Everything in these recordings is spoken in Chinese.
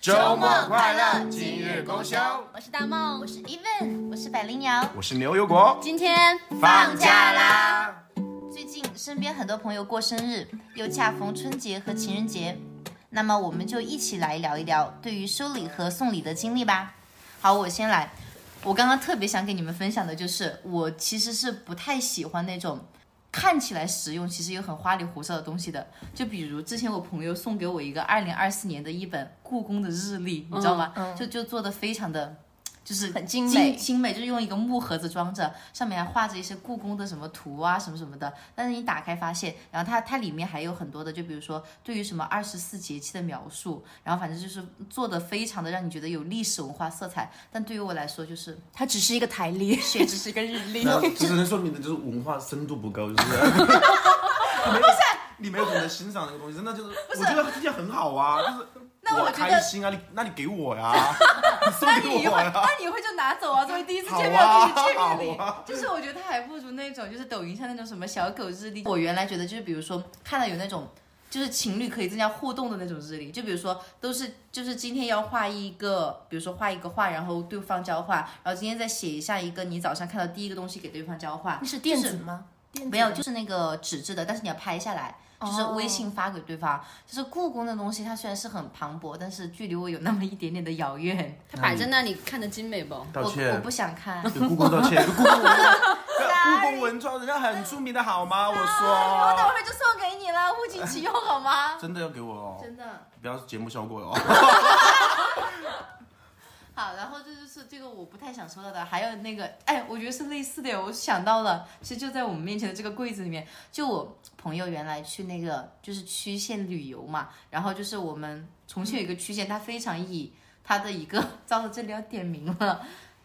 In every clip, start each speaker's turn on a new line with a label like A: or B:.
A: 周末快乐，今日公休。
B: 我是大梦，
C: 我是 Even，我是百灵鸟。
A: 我是牛油果，
B: 今天
C: 放假啦！最近身边很多朋友过生日，又恰逢春节和情人节，那么我们就一起来聊一聊对于收礼和送礼的经历吧。好，我先来。我刚刚特别想给你们分享的就是，我其实是不太喜欢那种看起来实用，其实又很花里胡哨的东西的。就比如之前我朋友送给我一个二零二四年的一本故宫的日历，你知道吗？就就做的非常的。就是
B: 嗯很精美
C: 精美就是用一个木盒子装着，上面还画着一些故宫的什么图啊，什么什么的。但是你打开发现，然后它它里面还有很多的，就比如说对于什么二十四节气的描述，然后反正就是做的非常的让你觉得有历史文化色彩。但对于我来说， 就是
B: 它只是一个台历， 也只是一个日历。
A: 那这只能说明的就是文化深度不够，就是 你没有。你没有懂得欣赏那个东西，真的就是，我觉得这件很好啊，就是
C: 那我觉得
A: 开心啊，你那你给我 呀，你送
C: 那你
A: 给
C: 以
A: 我
C: 后，
A: 呀
C: 那，你以后就拿走啊，作为第一次
A: 好
C: 见面的
A: 啊
C: 第一次见面礼。
A: 好啊
C: 就是我觉得它还不如那种，就是抖音上那种什么小狗日历。我原来觉得就是，比如说看到有那种。就是情侣可以增加互动的那种日历，就比如说都是就是今天要画一个，比如说画一个画，然后对方交换，然后今天再写一下一个你早上看到第一个东西给对方交换，
B: 你是电子吗？
C: 没有，就是那个纸质的，但是你要拍下来，就是
A: 哦
C: 微信发给对方。就是故宫的东西，它虽然是很磅礴，但是距离我有那么一点点的遥远。
B: 它摆在那里看着精美
D: 哦
B: 不？
A: 道
C: 我我
A: 歉
C: 不，想看。
A: 给故宫道歉，给故宫文，故宫文创人家很出名的好吗？我
C: 我等
A: 说，
C: 会就送给你了，物尽其用好 吗？
A: 真的要给我哦，
C: 真的。
A: 不要节目效果哦。
C: 好，然后这就是这个我不太想收到的，还有那个，哎，我觉得是类似的，我想到了，其实就在我们面前的这个柜子里面，就我朋友原来去那个就是区县旅游嘛，然后就是我们重庆有一个区县，它非常以它的一个，糟了，这里要点名了，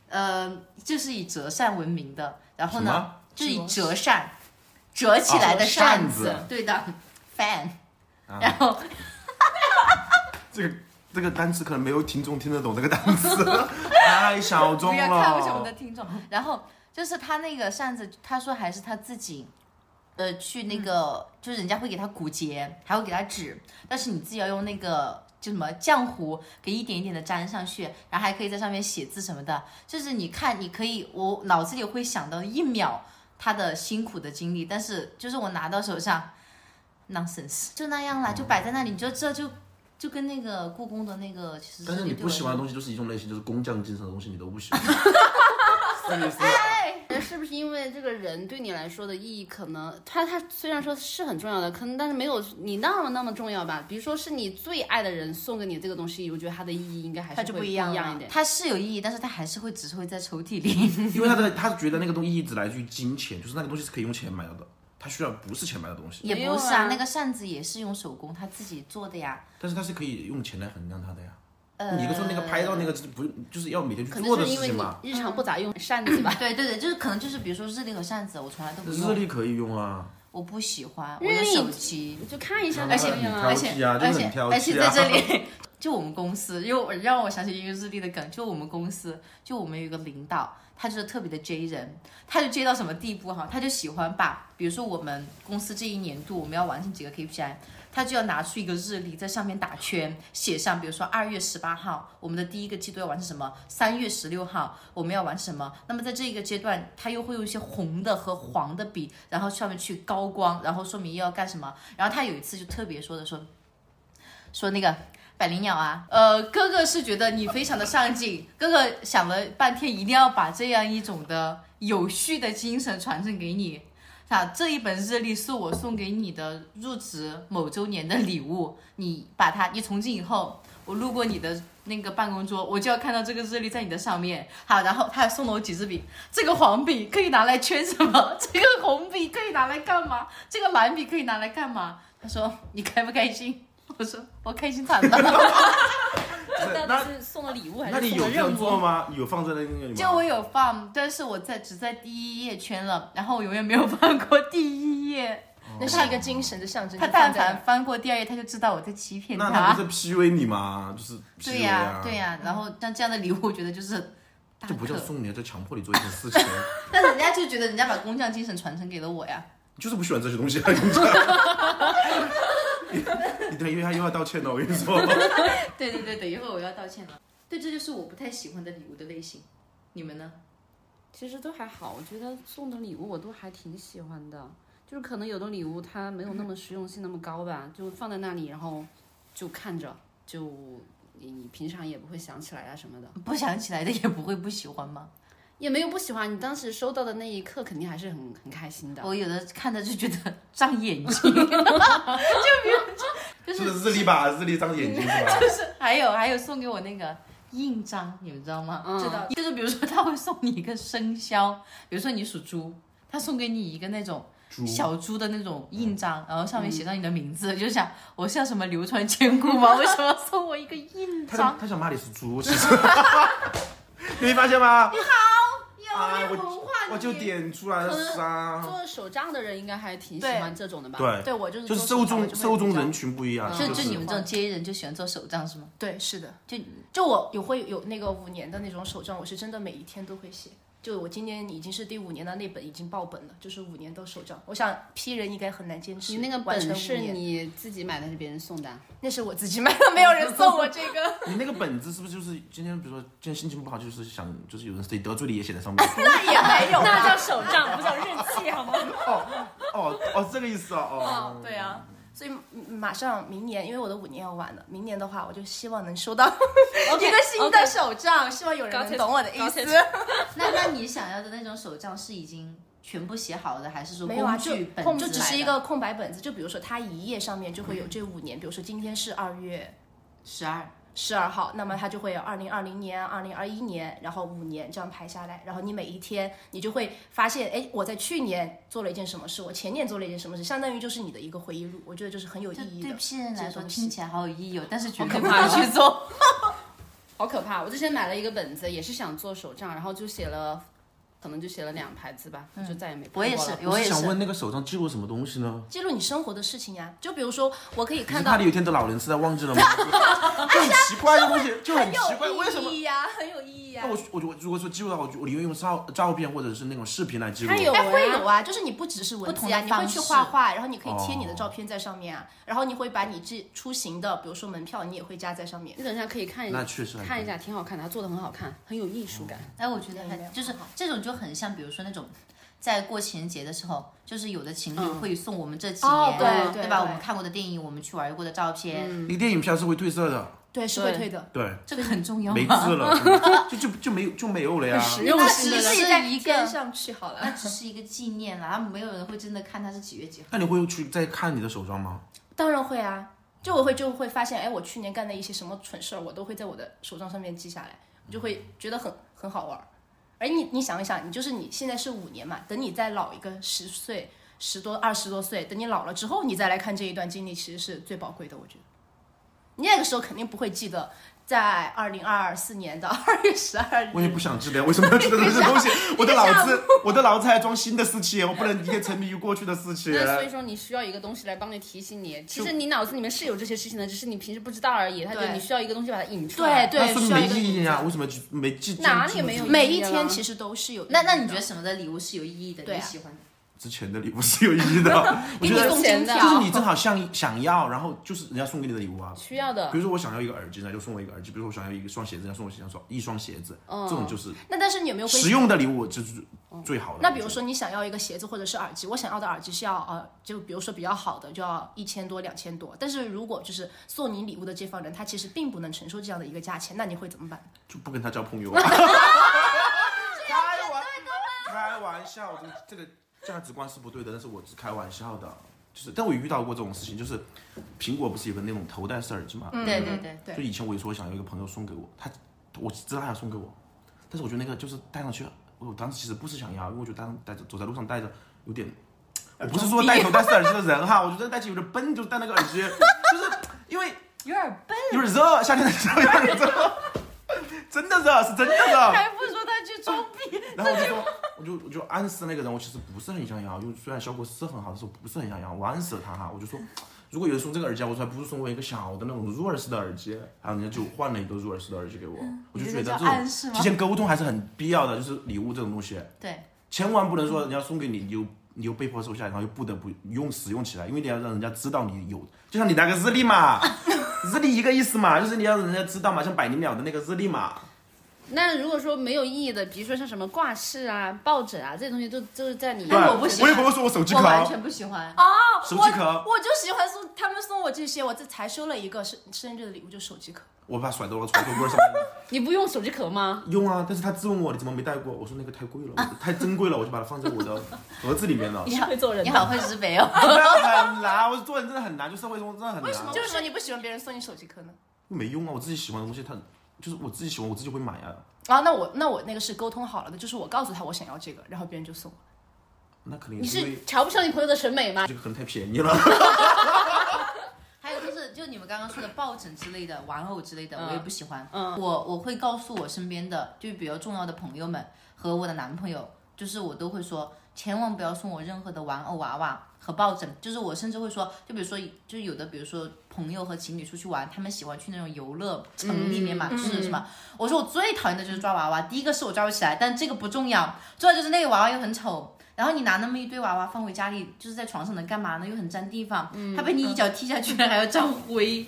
C: 呃，就是以折扇闻名的，然后
A: 什
C: 呢
A: 么，
C: 就以折扇，折起来的
A: 哦扇
C: 扇子，
A: 子
C: 对的，fan，
A: 啊
C: 然后。
A: 这个这个单词可能没有听众听得懂这个单 词，太小众
C: 不要看不起我们的
A: 了。
C: 听众。然后就是他那个扇子，他说还是他自己，呃，去那个、就是人家会给他骨节，还会给他纸，但是你自己要用那个。就什么浆糊给一点一点的粘上去，然后还可以在上面写字什么的。就是你看，你可以，我脑子里会想到一秒他的辛苦的经历，但是就是我拿到手上，nonsense，就那样啦，就摆在那里。你就这就就跟那个故宫的那个，其实
A: 但是你
C: 对
A: 不
C: 我
A: 喜
C: 来
A: 欢
C: 说
A: 的东西就是一种类型，就是工匠精神的东西，你都不 喜欢。是不是
B: 那是不是因为这个人对你来说的意义，可能他他虽然说是很重要的，可能但是没有你那么那么重要吧？比如说是你最爱的人送给你这个东西，我觉得它的意义应该还是
C: 它就
B: 会
C: 不
B: 一
C: 一样
B: 一点。
C: 它是有意义，但是它还是会只是会在抽屉里。
A: 因为他的他觉得那个东西一直来自于金钱，就是那个东西是可以用钱买到的，他需要不是钱买的东西，
C: 也
B: 没有
C: 不是啊，
B: 啊
C: 那个扇子也是用手工他自己做的呀。
A: 但是他是可以用钱来衡量他的呀。
C: 呃，
A: 你就说那个拍到那个就是不用，就是要每天去
B: 可
A: 做的
B: 能是
A: 事
B: 因为
A: 情
B: 你
A: 嘛。
B: 日常不咋用扇子吧？
C: 对对对，就是可能就是比如说日历和扇子，我从来都不
A: 日
C: 用，
A: 历可以用啊，
C: 我不喜欢我
B: 日历
C: 的手机。
B: 你就看一下
A: 嗯
B: 就
C: 而且
B: 可以
A: 你
B: 了
A: 挑
C: 而
A: 看。剔啊就是
C: 且而且
A: 很挑剔啊
C: 而且在这里， 就我们公司，又让我想起一个日历的梗，就我们公司，就我们有一个领导，他就是特别的 J 人，他就 J 到什么地步哈，他就喜欢把，比如说我们公司这一年度我们要完成几个 KPI，他就要拿出一个日历，在上面打圈，写上，比如说二月十八号，我们的第一个季度要完成什么；三月十六号，我们要完成什么。那么在这一个阶段，他又会用一些红的和黄的笔，然后上面去高光，然后说明要干什么。然后他有一次就特别说的说，说那个。百灵鸟啊，呃，哥哥是觉得你非常的上进，哥哥想了半天，一定要把这样一种的有序的精神传承给你，啊，这一本日历是我送给你的入职某周年的礼物，你把它，你从今以后，我路过你的那个办公桌，我就要看到这个日历在你的上面。好，然后他还送了我几支笔，这个黄笔可以拿来圈什么？ 这个红笔可以拿来干嘛？这个蓝笔可以拿来干嘛？他说你开不开心？ 我说我开心惨了。
A: 那
B: 到
A: 那
B: 底是送了礼物还
A: 那
B: 是
A: 你
B: 送
A: 有
B: 了
A: 这样
B: 任
A: 做
B: 务？
A: 吗？有放在那个里面？
C: 就我有放，但是我在只在第一页圈了，然后我永远没有放过第一页。
D: 那是一个精神的象征。
C: 他
D: 就放
C: 但
D: 在那
C: 凡翻过第二页，他就知道我在欺骗
A: 那他不是 PUA 你吗？就是
C: 对
A: PUA
C: 呀、
A: 啊
C: 对、呀、然后像这样的礼物，我觉得就是大
A: 这不叫
C: 可
A: 送你，这强迫你做一件事情，
C: 但人家就觉得人家把工匠精神传承给了我呀。
A: 啊你就是不喜欢这些东西。你等一下又要道歉了，我跟你说。
C: 对对对，等一会儿我要道歉了。对，这就是我不太喜欢的礼物的类型。你们呢？
B: 其实都还好，我觉得送的礼物我都还挺喜欢的，就是可能有的礼物它没有那么实用性那么高吧，就放在那里，然后就看着，就你你平常也不会想起来啊什么的，
C: 不想起来的也不会不喜欢吗？
B: 也没有不喜欢。你当时收到的那一刻肯定还是很很开心的。
C: 我有的看着就觉得 长眼睛，就比如就就是
A: 是日历吧？日历长眼睛是吧？
C: 还有还有送给我那个印章，你们知道吗？
B: 嗯
D: 知道
C: 就是比如说他会送你一个生肖，比如说你属猪，他送给你一个那种
A: 猪嗯
C: 小猪的那种印章，然后上面写上你的名字，就想我是要什么流传千古 吗？为什么要送我一个印
A: 他想
C: 章？
A: 他想骂你是猪，其实。 你没发现吗？你好，哎，我我就点出来了啥？
B: 做手账的人应该还挺喜欢这种的吧？，
A: 啊对，
D: 对我就是
A: 就
D: 做
A: 是受
D: 手账我
A: 众
D: 就会
A: 受众
D: 比较
A: 人群不一样，
B: 嗯
A: 这
C: 就
A: 就
C: 就是你们这种街人就喜欢做手账是吗？
D: 对是的，
C: 就
D: 就我有会有那个五年的那种手账，我是真的每一天都会写。就我今年已经是第五年的那本已经爆本了，就是五年的手账。我想 P 人应该很难坚持。
B: 你那个
D: 完成
B: 本
D: 五
B: 是
D: 年
B: 你自己买的还是别人送的啊？
D: 那是我自己买的，没有人送我这个。
A: 你那个本子是不是就是今天比如说今天心情不好，就是想就是有人自己得罪你也写在上面。
D: 那也没有，
E: 那叫手 账，不叫日记，好吗？
A: 哦哦，这个意思哦哦。
D: 对啊。所以嗯马上明年，因为我的五年要完了，明年的话，我就希望能 收到一个新的手账希望有人
E: 高
D: 能
E: 铁
D: 懂我的意
E: 高
D: 思
E: 铁。
C: 那那你想要的那种手账是已经全部写好的，还是说
D: 没有啊，
C: 工
D: 就
C: 具本
D: 空
C: 子
D: 就只
C: 来
D: 是一
C: 的
D: 个空白本子。就比如说，它一页上面就会有这五年，比如说今天是二月
C: 十二？
D: 十二号，那么它就会有二零二零年、二零二一年，然后五年这样排下来。然后你每一天，你就会发现，哎，我在去年做了一件什么事，我前年做了一件什么事，相当于就是你的一个回忆录。我觉得就是很有意
C: 对
D: 义
C: 对
D: 的。
C: 批人来说
D: 这些东西
C: 听起来好有意义哦，但是绝对
B: 可
C: 不
B: 怕
C: 会
B: 啊
C: 去 做。
B: 好可怕！我之前买了一个本子，也是想做手账，然后就写了，可能就写了两排字吧，就再嗯也没碰过
C: 我也是
B: 了，
C: 我也
A: 想
C: 是。
A: 问那个手上记录什么东西呢？
D: 记录你生活的事情呀，就比如说，我可以
A: 你是
D: 看到
A: 怕你有一天都老人痴呆忘记了吗？就很奇怪的东西，就很奇怪，为什么
D: 很有意？义啊呀，很有意义呀
A: 那。我我我如果说记录的话，我就我宁愿用照照片或者是那种视频来记录。
B: 它有
D: 哎，会
B: 啊
D: 有啊，就是你不只是文
C: 不
D: 字
C: 同
D: 呀，
C: 的
D: 你
C: 方
D: 会去
C: 式
D: 画画，然后你可以贴你的
A: 哦
D: 照片在上面啊，然后你会把你这出行的，比如说门票，你也会加在上面。
B: 你等一下可以看一
A: 那确实很嗯
B: 看一下，挺好看的，它做的很好看，很有艺术感。
C: 哎，我觉得还
D: 没有
C: 就是这种就很像，比如说那种。在过情人节的时候，就是有的情侣
B: 嗯
C: 会送我们这几年，
D: 哦
B: 对
D: 对嗯
C: 吧？
D: 对
C: 我们看过的电影，我们去玩过的照片，
A: 那个电影票是会褪色的，
D: 对，是会
B: 对
D: 退的。
A: 对，
C: 这个很重要
A: 没
C: 吗？
A: 字了，就就就没有就没有了呀。
B: 实用性
C: 那
B: 的
C: 只是
B: 人，
C: 一个
D: 贴上去好
C: 那
D: 了。
C: 只是一个纪念啦，没有人会真的看它是几月几号。
A: 那你会去再看你的手账吗？
D: 当然会啊，就我会就会发现，哎，我去年干的一些什么蠢事儿，我都会在我的手账上面记下来，我就会觉得很很好玩儿。而你你想一想，你就是你现在是五年嘛，等你再老一个十岁、十多、二十多岁，等你老了之后，你再来看这一段经历，其实是最宝贵的，我觉得。你那个时候肯定不会记得，在二零二四年的二月十二日，
A: 我也不想记得，为什么要记得这些东西？我的脑子，我的脑子还装新的事情，我不能一夜沉迷于过去的事情。
B: 那所以说你需要一个东西来帮你提醒你，其实你脑子里面是有这些事情的，只是你平时不知道而已。它就
D: 对
B: 你需要一个东西把它引出
D: 对
B: 来。
A: 那
D: 对，
A: 说
D: 需
A: 明没
D: 要一个
A: 意义啊！
D: 引
A: 为什么就没记？记
B: 哪里没有
D: 导
B: 意义
D: 每一
B: 了
D: 天其实都是有意义
C: 那
D: 的。
C: 那你觉得什么的礼物是有意义的？
D: 对啊
C: 你喜欢的？
A: 之前的礼物是有意义 的，我
D: 给
A: 觉
D: 你
A: 得
D: 送金
B: 的
D: 条，
A: 就是你正好像想要，然后就是人家送给你的礼物啊。
B: 需要的
A: 比，如说我想要一个耳机，人家就送我一个耳机；比如说我想要一双鞋子，人家送我一双一双鞋子。
B: 嗯
A: 这种就是
D: 那但是你有没有会
A: 实用的礼物，就是最好的。
D: 嗯那比如说你想要一个鞋子或者是耳机，我想要的耳机是要呃，就比如说比较好的就要一千多、两千多。但是如果就是送你礼物的这方人，他其实并不能承受这样的一个价钱，那你会怎么办？
A: 就不跟他交朋 友。啊开玩开玩笑，这这个价值观是不对的，但是我只开玩笑的。就是，但我也遇到过这种事情，就是苹果不是有个那种头戴式耳机嘛？
C: 对对对，
D: 嗯对
A: 就以前我也说我想要一个朋友送给我，他我知道他想送给我，但是我觉得那个就是戴上去，我当时其实不是想要，因为我觉得当戴着走在路上戴着有点，我不是说戴头戴式耳机的人哈，我觉得戴起有点笨，就戴那个耳机， 就是因为
C: 有点笨，
A: 有点热，夏天的时候有点热， 真的热是真的热。
C: 还不说他去装逼。
A: 然后我就说，我就我就暗示那个人，我其实不是很想要，因为虽然效果是很好，但是我不是很想要，我暗示了他哈，我就说，如果有人送这个耳机啊，我说还不如送我一个小的那种入耳式的耳机，然后人家就换了一个入耳式的耳机给我，
C: 嗯
A: 我就觉得
C: 这个
A: 这
C: 叫暗示
A: 种
C: 吗
A: 提前沟通还是很必要的，就是礼物这种东西，
C: 对，
A: 千万不能说人家送给你你就你又被迫收下来，然后又不得不用使用起来，因为你要让人家知道你有，就像你那个日历嘛，日历一个意思嘛，就是你要让人家知道嘛，像百灵鸟的那个日历嘛，
B: 那如果说没有意义的，比如说像什么挂饰啊、抱枕啊这些东西就，就是在你哎
A: 对，
C: 我不喜欢
A: 也不会说我手机
C: 我
A: 壳，啊
C: 完全不喜欢。
A: 手机壳
D: 我我就喜欢送他们送我这些，我这才收了一个生生日的礼物，就手机壳。
A: 我把它甩到了床头柜上面了。
B: 你不用手机壳吗？
A: 用啊，但是他质问我你怎么没带过，我说那个太贵了，我太珍贵了，我就把它放在我的盒子里面了。
D: 你是会做人
C: 你好会自卑哦。
A: 不要很难，啊我做人真的很难，就社会中真的很难。啊
D: 为什么？就是说你不喜欢别人送你手机壳呢？
A: 没用啊？我自己喜欢的东西，他就是我自己喜欢，我自己会买啊。
D: 啊，那我那我那个是沟通好了的，就是我告诉他我想要这个，然后别人就送我。
A: 那肯定
B: 你
A: 也因
B: 是
A: 为
B: 瞧不上你朋友的审美吗？
A: 这个可能太便宜了。
C: 还有就是，就你们刚刚说的抱枕之类的、玩偶之类的，
B: 嗯
C: 我也不喜欢。
B: 嗯
C: 我我会告诉我身边的，就比较重要的朋友们和我的男朋友，就是我都会说，千万不要送我任何的玩偶娃娃和抱枕。就是我甚至会说，就比如说，就有的比如说朋友和情侣出去玩，他们喜欢去那种游乐城里面嘛，
B: 嗯
C: 就是什么？我说我最讨厌的就是抓娃娃，第一个是我抓不起来，但这个不重要，重要就是那个娃娃又很丑。然后你拿那么一堆娃娃放回家里，就是在床上能干嘛呢？又很占地方，
D: 嗯
C: 他被你一脚踢下去了，还要沾 灰。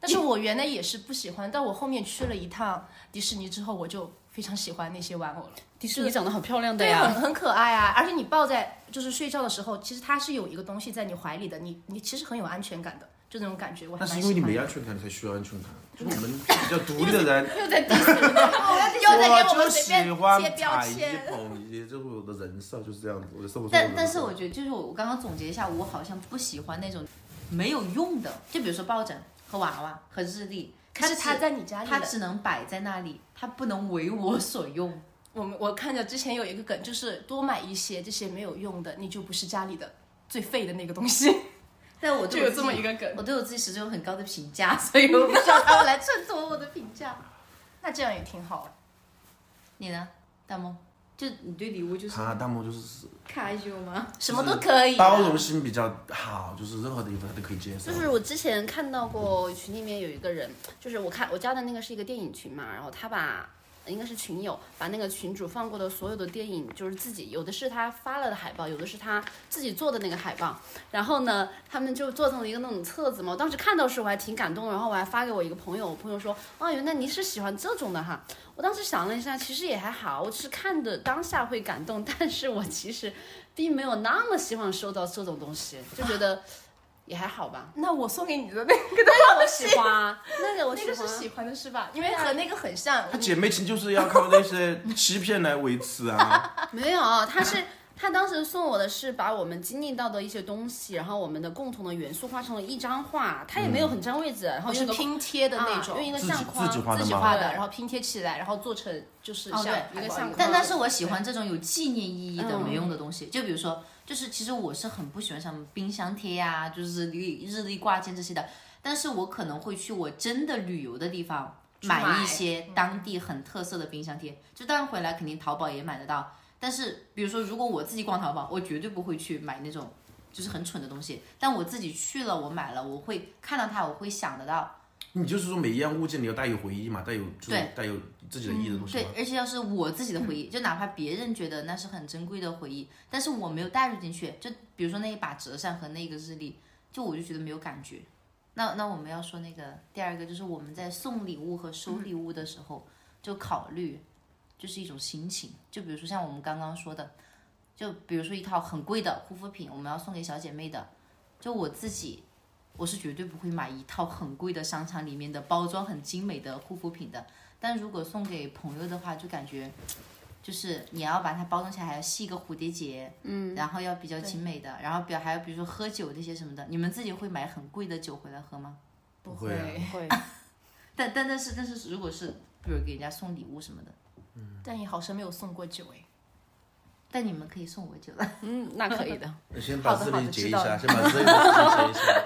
D: 但是我原来也是不喜欢，但我后面去了一趟迪士尼之后，我就非常喜欢那些玩偶了。
B: 迪士尼长得好漂亮的
D: 对，很
B: 呀，
D: 很可爱啊！而且你抱在就是睡觉的时候，其实它是有一个东西在你怀里的，你你其实很有安全感的，就那种感觉。我还
A: 那
D: 蛮
A: 是因
D: 喜
A: 为
D: 欢
A: 你没
D: 的
A: 安全感，你才需要安全感。就是我们比较独立的人，
D: 又在又在给我
A: 就
D: 们随
A: 喜
D: 便
A: 欢
D: 贴标
A: 踩
D: 签。
A: 一捧，也就是我的人设就是这样子。我的生活中的人
C: 但
A: 设，
C: 但是我觉得，就是我我刚刚总结一下，我好像不喜欢那种没有用的，就比如说抱枕和娃娃和日历，
D: 它
C: 它
D: 是它
C: 只
D: 在你家里
C: 它
D: 的。
C: 只能摆在那里，它不能为我所用。
D: 我们我看着之前有一个梗，就是多买一些这些没有用的，你就不是家里的最废的那个东西，
C: 但我
D: 就
C: 对我
D: 有
C: 自
D: 这么一
C: 己，
D: 个 梗。
C: 我对我自己始终有很高的评价，所以我不需要他们来衬托我的评价。
D: 那这样也挺好。
C: 你呢，大梦？就你对礼物就是
A: 他弹幕就是呃
C: 卡修吗？
D: 什么都可以、啊
A: 包容心比较好，就是任何的地方他都可以接受。
B: 就是我之前看到过群里面有一个人，就是我看我加的那个是一个电影群嘛，然后他把应该是群友把那个群主放过的所有的电影，就是自己有的是他发了的海报，有的是他自己做的那个海报，然后呢，他们就做成了一个那种册子嘛。我当时看到的时候我还挺感动的，然后我还发给我一个朋友，我朋友说，哦，原来你是喜欢这种的哈。我当时想了一下，其实也还好，我只是看的当下会感动，但是我其实并没有那么希望收到这种东西，就觉得也还好吧。
D: 那我送给你的那个
B: 那个我喜欢，那个 我
D: 那
B: 喜
D: 个
B: 欢。
D: 是喜欢的是吧？因为和那个很像
A: 他。姐妹情就是要靠那些欺骗来维持啊。
B: 没有，他是他当时送我的是把我们经历到的一些东西，然后我们的共同的元素画成了一张画，他也没有很占位置，然后
D: 我
B: 用
D: 是
B: 一个
D: 拼贴的那种，
B: 啊用一个
A: 自己
B: 相框
A: 自己画的
D: 自己
A: 吗
D: 画的，
B: 对
D: 然后拼贴起来，然后做成就是
C: 哦
D: 像
B: 对一个
D: 海报
B: 相
D: 样
C: 但
B: 框
C: 但是我喜欢这种有纪念意义的
B: 嗯
C: 没用的东西，就比如说，就是其实我是很不喜欢像冰箱贴呀、就是日历日历挂件这些的，但是我可能会去我真的旅游的地方
D: 去买
C: 买一些当地很特色的冰箱贴，就当然回来肯定淘宝也买得到，但是比如说如果我自己逛淘宝，我绝对不会去买那种就是很蠢的东西，但我自己去了我买了，我会看到它，我会想得到。
A: 你就是说每一样物件你要带有回忆嘛，带有就是
C: 对
A: 带有自己的意义的东西
C: 对
A: 嘛。，
C: 而且要是我自己的回忆，就哪怕别人觉得那是很珍贵的回忆，但是我没有带入进去，就比如说那一把折扇和那个日历，就我就觉得没有感觉。那那我们要说那个第二个，就是我们在送礼物和收礼物的时候，就考虑就是一种心情，就比如说像我们刚刚说的，就比如说一套很贵的护肤品，我们要送给小姐妹的，就我自己。我是绝对不会买一套很贵的商场里面的包装很精美的护肤品的，但如果送给朋友的话，就感觉就是你要把它包装起来，还要系一个蝴蝶结，嗯，然后要比较精美的，然后比还有比如说喝酒这些什么的，你们自己会买很贵的酒回来喝吗？
D: 不
A: 会啊
B: 会，
C: 但但但是但是如果是比如给人家送礼物什么的，
D: 但你好像没有送过酒哎。
C: 但你们可以送我酒了。
B: 嗯，那可以的。
A: 你先把
D: 好
A: 这
D: 的好
A: 里
D: 的
A: 截
D: 知
A: 一
D: 道
A: 下，
D: 了
A: 先把这里截一下。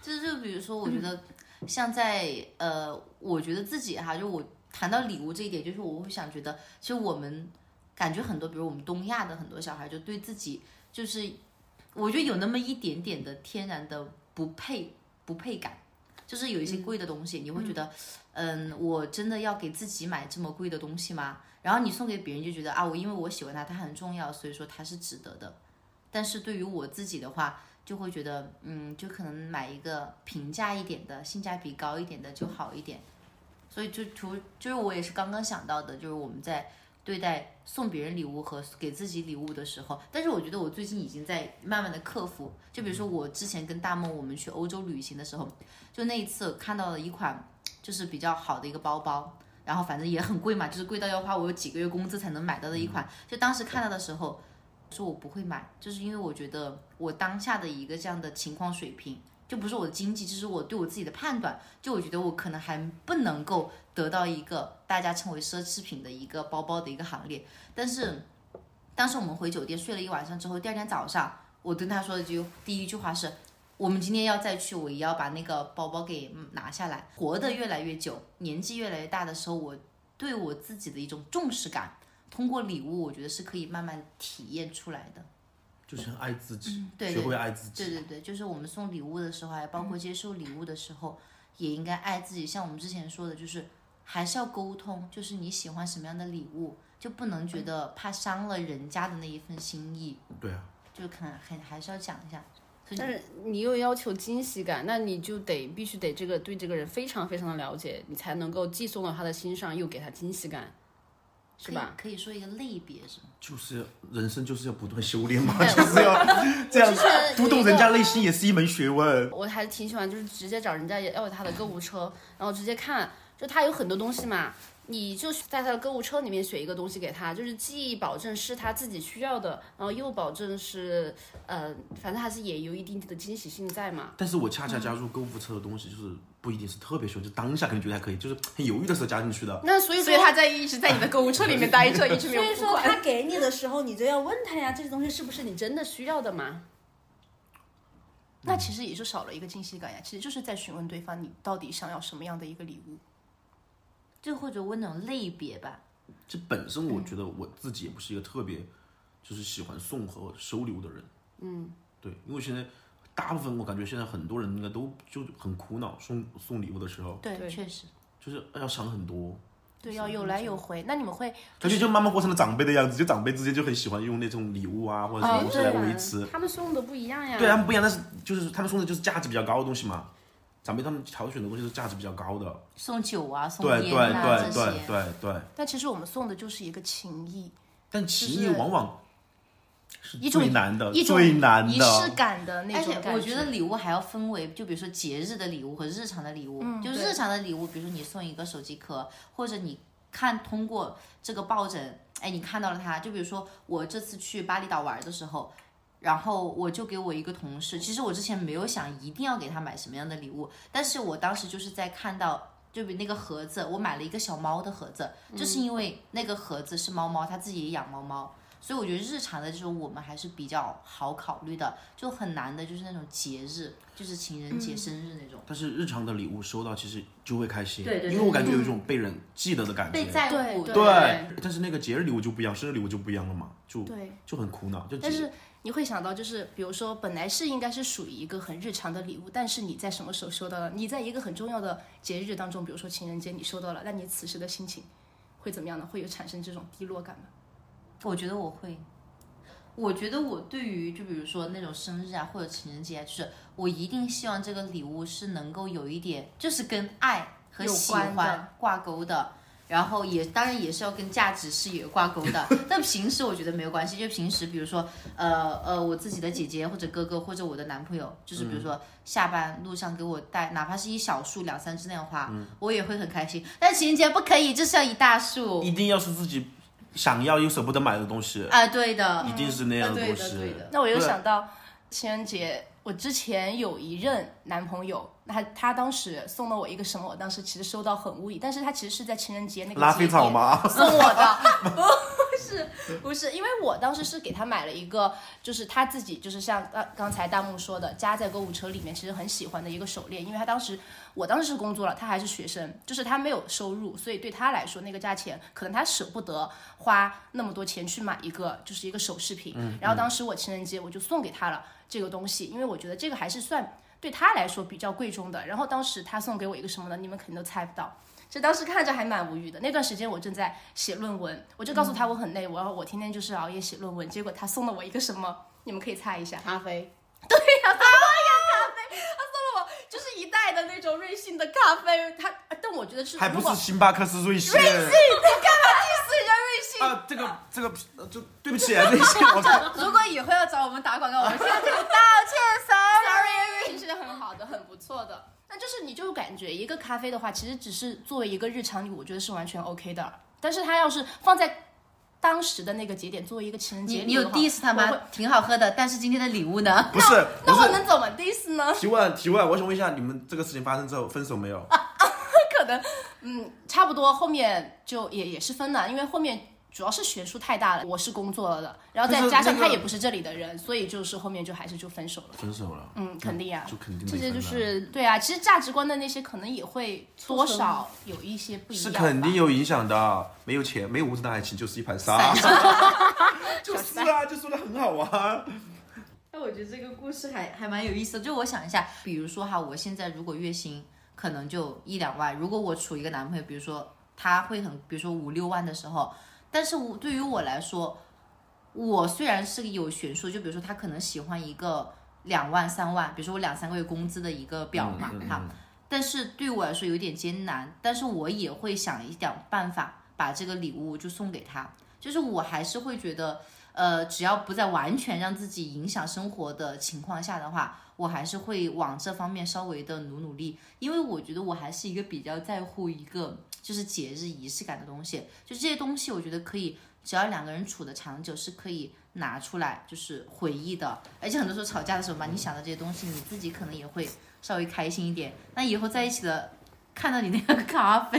C: 就是就比如说，我觉得像在呃，我觉得自己哈，就我谈到礼物这一点，就是我会想觉得，其实我们感觉很多，比如我们东亚的很多小孩，就对自己就是，我觉得有那么一点点的天然的不配不配感，就是有一些贵的东西，你会觉得，嗯，我真的要给自己买这么贵的东西吗？然后你送给别人就觉得啊，我因为我喜欢它，它很重要，所以说它是值得的。但是对于我自己的话，就会觉得，嗯，就可能买一个平价一点的，性价比高一点的就好一点。所以就除就是我也是刚刚想到的，就是我们在对待送别人礼物和给自己礼物的时候，但是我觉得我最近已经在慢慢的克服。就比如说我之前跟大梦我们去欧洲旅行的时候，就那一次看到了一款就是比较好的一个包包，然后反正也很贵嘛，就是贵到要花我有几个月工资才能买到的一款。就当时看到的时候，说我不会买，就是因为我觉得我当下的一个这样的情况水平。就不是我的经济，这是我对我自己的判断。就我觉得我可能还不能够得到一个大家称为奢侈品的一个包包的一个行列。但是当时我们回酒店睡了一晚上之后，第二天早上我跟他说的就第一句话是：我们今天要再去，我也要把那个包包给嗯拿下来。活得越来越久，年纪越来越大的时候，我对我自己的一种重视感，通过礼物，我觉得是可以慢慢体验出来的。
A: 就是爱自己，
C: 对
A: 嗯学会爱自己。嗯
C: 对对对，就是我们送礼物的时候，还包括接受礼物的时候，也应该爱自己。像我们之前说的，就是还是要沟通，就是你喜欢什么样的礼物，就不能觉得怕伤了人家的那一份心意，
A: 对啊，
C: 就可能还还是要讲一下。所以
B: 但是你又要求惊喜感，那你就得必须得这个对这个人非常非常的了解，你才能够既送到他的心上，又给他惊喜感，是
C: 可以
B: 吧？
C: 可以说一个类别是吗？
A: 就是人生就是要不断修炼 嘛，
B: 对
A: 就是要这样
B: 之前
A: 读
B: 有一
A: 懂
B: 个
A: 人家内心也是一门学问。
B: 我还挺喜欢，就是直接找人家要他的购物车，然后直接看，就他有很多东西嘛，你就在他的购物车里面选一个东西给他，就是既保证是他自己需要的，然后又保证是，呃，反正还是也有一定的惊喜性在嘛。
A: 但是我恰恰加入购物车的东西，就是不一定是特别喜欢，就当下可能觉得还可以，就是很犹豫的时候加进去的。
B: 那所以
D: 所
B: 说
D: 以他在一直在你的购物车里面待着，一直没
E: 所以
D: 有付
E: 说
D: 款。
E: 他给你的时候，你就要问他呀，这个东西是不是
B: 你
E: 你？
B: 真的需要的嘛？
D: 那其实也就少了一个惊喜感呀，其实就是在询问对方你到底想要什么样的一个礼物。
C: 就或者问那种类别吧，
A: 这本身我觉得我自己也不是一个特别，就是喜欢送和收礼物的人。嗯，对，因为现在大部分我感觉现在很多人应该都就很苦恼送送礼物的时候，
D: 对
C: 确实。
A: 就是要想很多。
D: 对，要有来有回。那你们会
A: 感觉就慢慢活成了长辈的样子，就长辈之间就很喜欢用那种礼物啊或者什么东西来维持。
B: 他们送的不一样呀。
A: 对他啊们不一样，但是就是他们送的就是价值比较高的东西嘛。长辈他们挑选的东西是价值比较高的，
C: 送酒啊，送
A: 对对
C: 烟啊
A: 对
C: 这
A: 对
C: 些，
A: 对对。
D: 但其实我们送的就是一个情谊，
A: 但情谊
D: 就是
A: 往往是
D: 一种
A: 最难的，
D: 一种
A: 最难
D: 仪式
A: 的。
D: 感的那
C: 而
D: 种
C: 且
D: 感
C: 我觉得礼物还要分为，就比如说节日的礼物和日常的礼物。就
D: 嗯对
C: 日常的礼物，比如说你送一个手机壳，或者你看通过这个抱枕，哎，你看到了它。就比如说我这次去巴厘岛玩的时候。然后我就给我一个同事，其实我之前没有想一定要给他买什么样的礼物，但是我当时就是在看到，就比那个盒子，我买了一个小猫的盒子，就是因为那个盒子是猫猫，他自己也养猫猫，所以我觉得日常的这种我们还是比较好考虑的，就很难的就是那种节日，就是情人
D: 嗯
C: 节、生日那种
A: 但是日常的礼物收到其实就会开心，
C: 对对对
A: 因为我感觉有一种被人记得的感觉。
C: 被在
D: 对
C: 乎。
D: 对
A: 对，但是那个节日礼物就不一样，生日礼物就不一样了嘛，就
D: 对。
A: 就很苦恼。就
D: 但
A: 节
D: 是你会想到，就是比如说，本来是应该是属于一个很日常的礼物，但是你在什么时候收到了？你在一个很重要的节日当中，比如说情人节，你收到了，那你此时的心情会怎么样呢？会有产生这种低落感吗？
C: 我觉得我会，我觉得我对于就比如说那种生日啊或者情人节啊，就是我一定希望这个礼物是能够有一点，就是跟爱和
D: 有
C: 喜
D: 关的
C: 欢挂钩的。然后也当然也是要跟价值是有挂钩 的，但平时我觉得没有关系。就平时比如说，呃呃，我自己的姐姐或者哥哥或者我的男朋友，就是
D: 嗯
C: 比如说下班路上给我带，哪怕是一小束两三支那样花，
D: 嗯
C: 我也会很开心。但情人节不可以，就是要一大束
A: 一定要是自己想要又舍不得买的东西，
C: 啊、对的，
A: 一定是那样
C: 啊
A: 东
C: 对的
A: 西。
C: 对的
D: 那我又
A: 对
D: 想到情人节，我之前有一任男朋友，他他当时送了我一个什么，我当时其实收到很无语，但是他其实是在情人节那个
A: 拉
D: 节
A: 菲草
D: 点
A: 吗？
D: 送我的， 不是不是，因为我当时是给他买了一个，就是他自己就是像刚刚才弹幕说的，加在购物车里面，其实很喜欢的一个手链，因为他当时我当时是工作了，他还是学生，就是他没有收入，所以对他来说那个价钱，可能他舍不得花那么多钱去买一个就是一个首饰品，然后当时我情人节我就送给他了这个东西，因为我觉得这个还是算。对他来说比较贵重的，然后当时他送给我一个什么呢？你们肯定都猜不到，就当时看着还蛮无语的。那段时间我正在写论文，我就告诉他我很累，我要我天天就是熬夜写论文。结果他送了我一个什么？你们可以猜一下，
B: 咖啡，
D: 就是一袋的那种瑞幸的咖啡，它，但我觉得是
A: 还不
D: 如果
A: 是星巴克，是瑞幸。瑞幸，你干嘛去死人家瑞幸？啊，这个这个，呃就对不起，啊，瑞幸，我看
C: 如果以后要找我们打广告，我们现在就
D: Sorry，瑞幸是很好的，很不错的。那就是你就感觉一个咖啡的话，其实只是作为一个日常礼，我觉得是完全 OK 的。但是它要是放在当时的那个节点，作为一个情人节
C: 你
D: 礼
C: 你有
D: 物的话
C: diss 他
D: 我
C: 吗
D: 会？
C: 挺好喝的，但是今天的礼物呢？
A: 不是不
D: 那我
A: 是。
D: 能怎么 diss 呢？
A: 提问提问，我想问一下，你们这个事情发生之后分手没有？
D: 可能，嗯，差不多后面就也也是分了，因为后面主要是悬殊太大了，我是工作了的，然后再
A: 就是
D: 加上
A: 那
D: 他
A: 个
D: 也不是这里的人，所以就是后面就还是就分手了。
A: 分手了，
D: 嗯，肯定啊，
A: 就肯定得
B: 这些
A: 分
B: 就
A: 了
B: 是
D: 对啊，其实价值观的那些可能也会多少有一些不一
A: 是
D: 样吧，
A: 肯定啊有影响的。没有钱，没有物质的爱情就是一盘沙
C: 散。
A: 就是啊，就说的很好啊。
C: 那我觉得这个故事还还蛮有意思的。就我想一下，比如说哈，我现在如果月薪可能就一两万，如果我处一个男朋友，比如说他会很，比如说五六万的时候，但是我对于我来说，我虽然是有悬殊，就比如说他可能喜欢一个两万三万，比如说我两三个月工资的一个表嘛，
A: 嗯嗯
C: 哈、但是对我来说有点艰难，但是我也会想一点办法把这个礼物就送给他，就是我还是会觉得，呃，只要不在完全让自己影响生活的情况下的话，我还是会往这方面稍微的努努力，因为我觉得我还是一个比较在乎一个就是节日仪式感的东西，就这些东西我觉得可以，只要两个人处的长久是可以。拿出来就是回忆的，而且很多时候吵架的时候嘛，你想到这些东西，你自己可能也会稍微开心一点。那以后在一起的，看到你那个咖啡，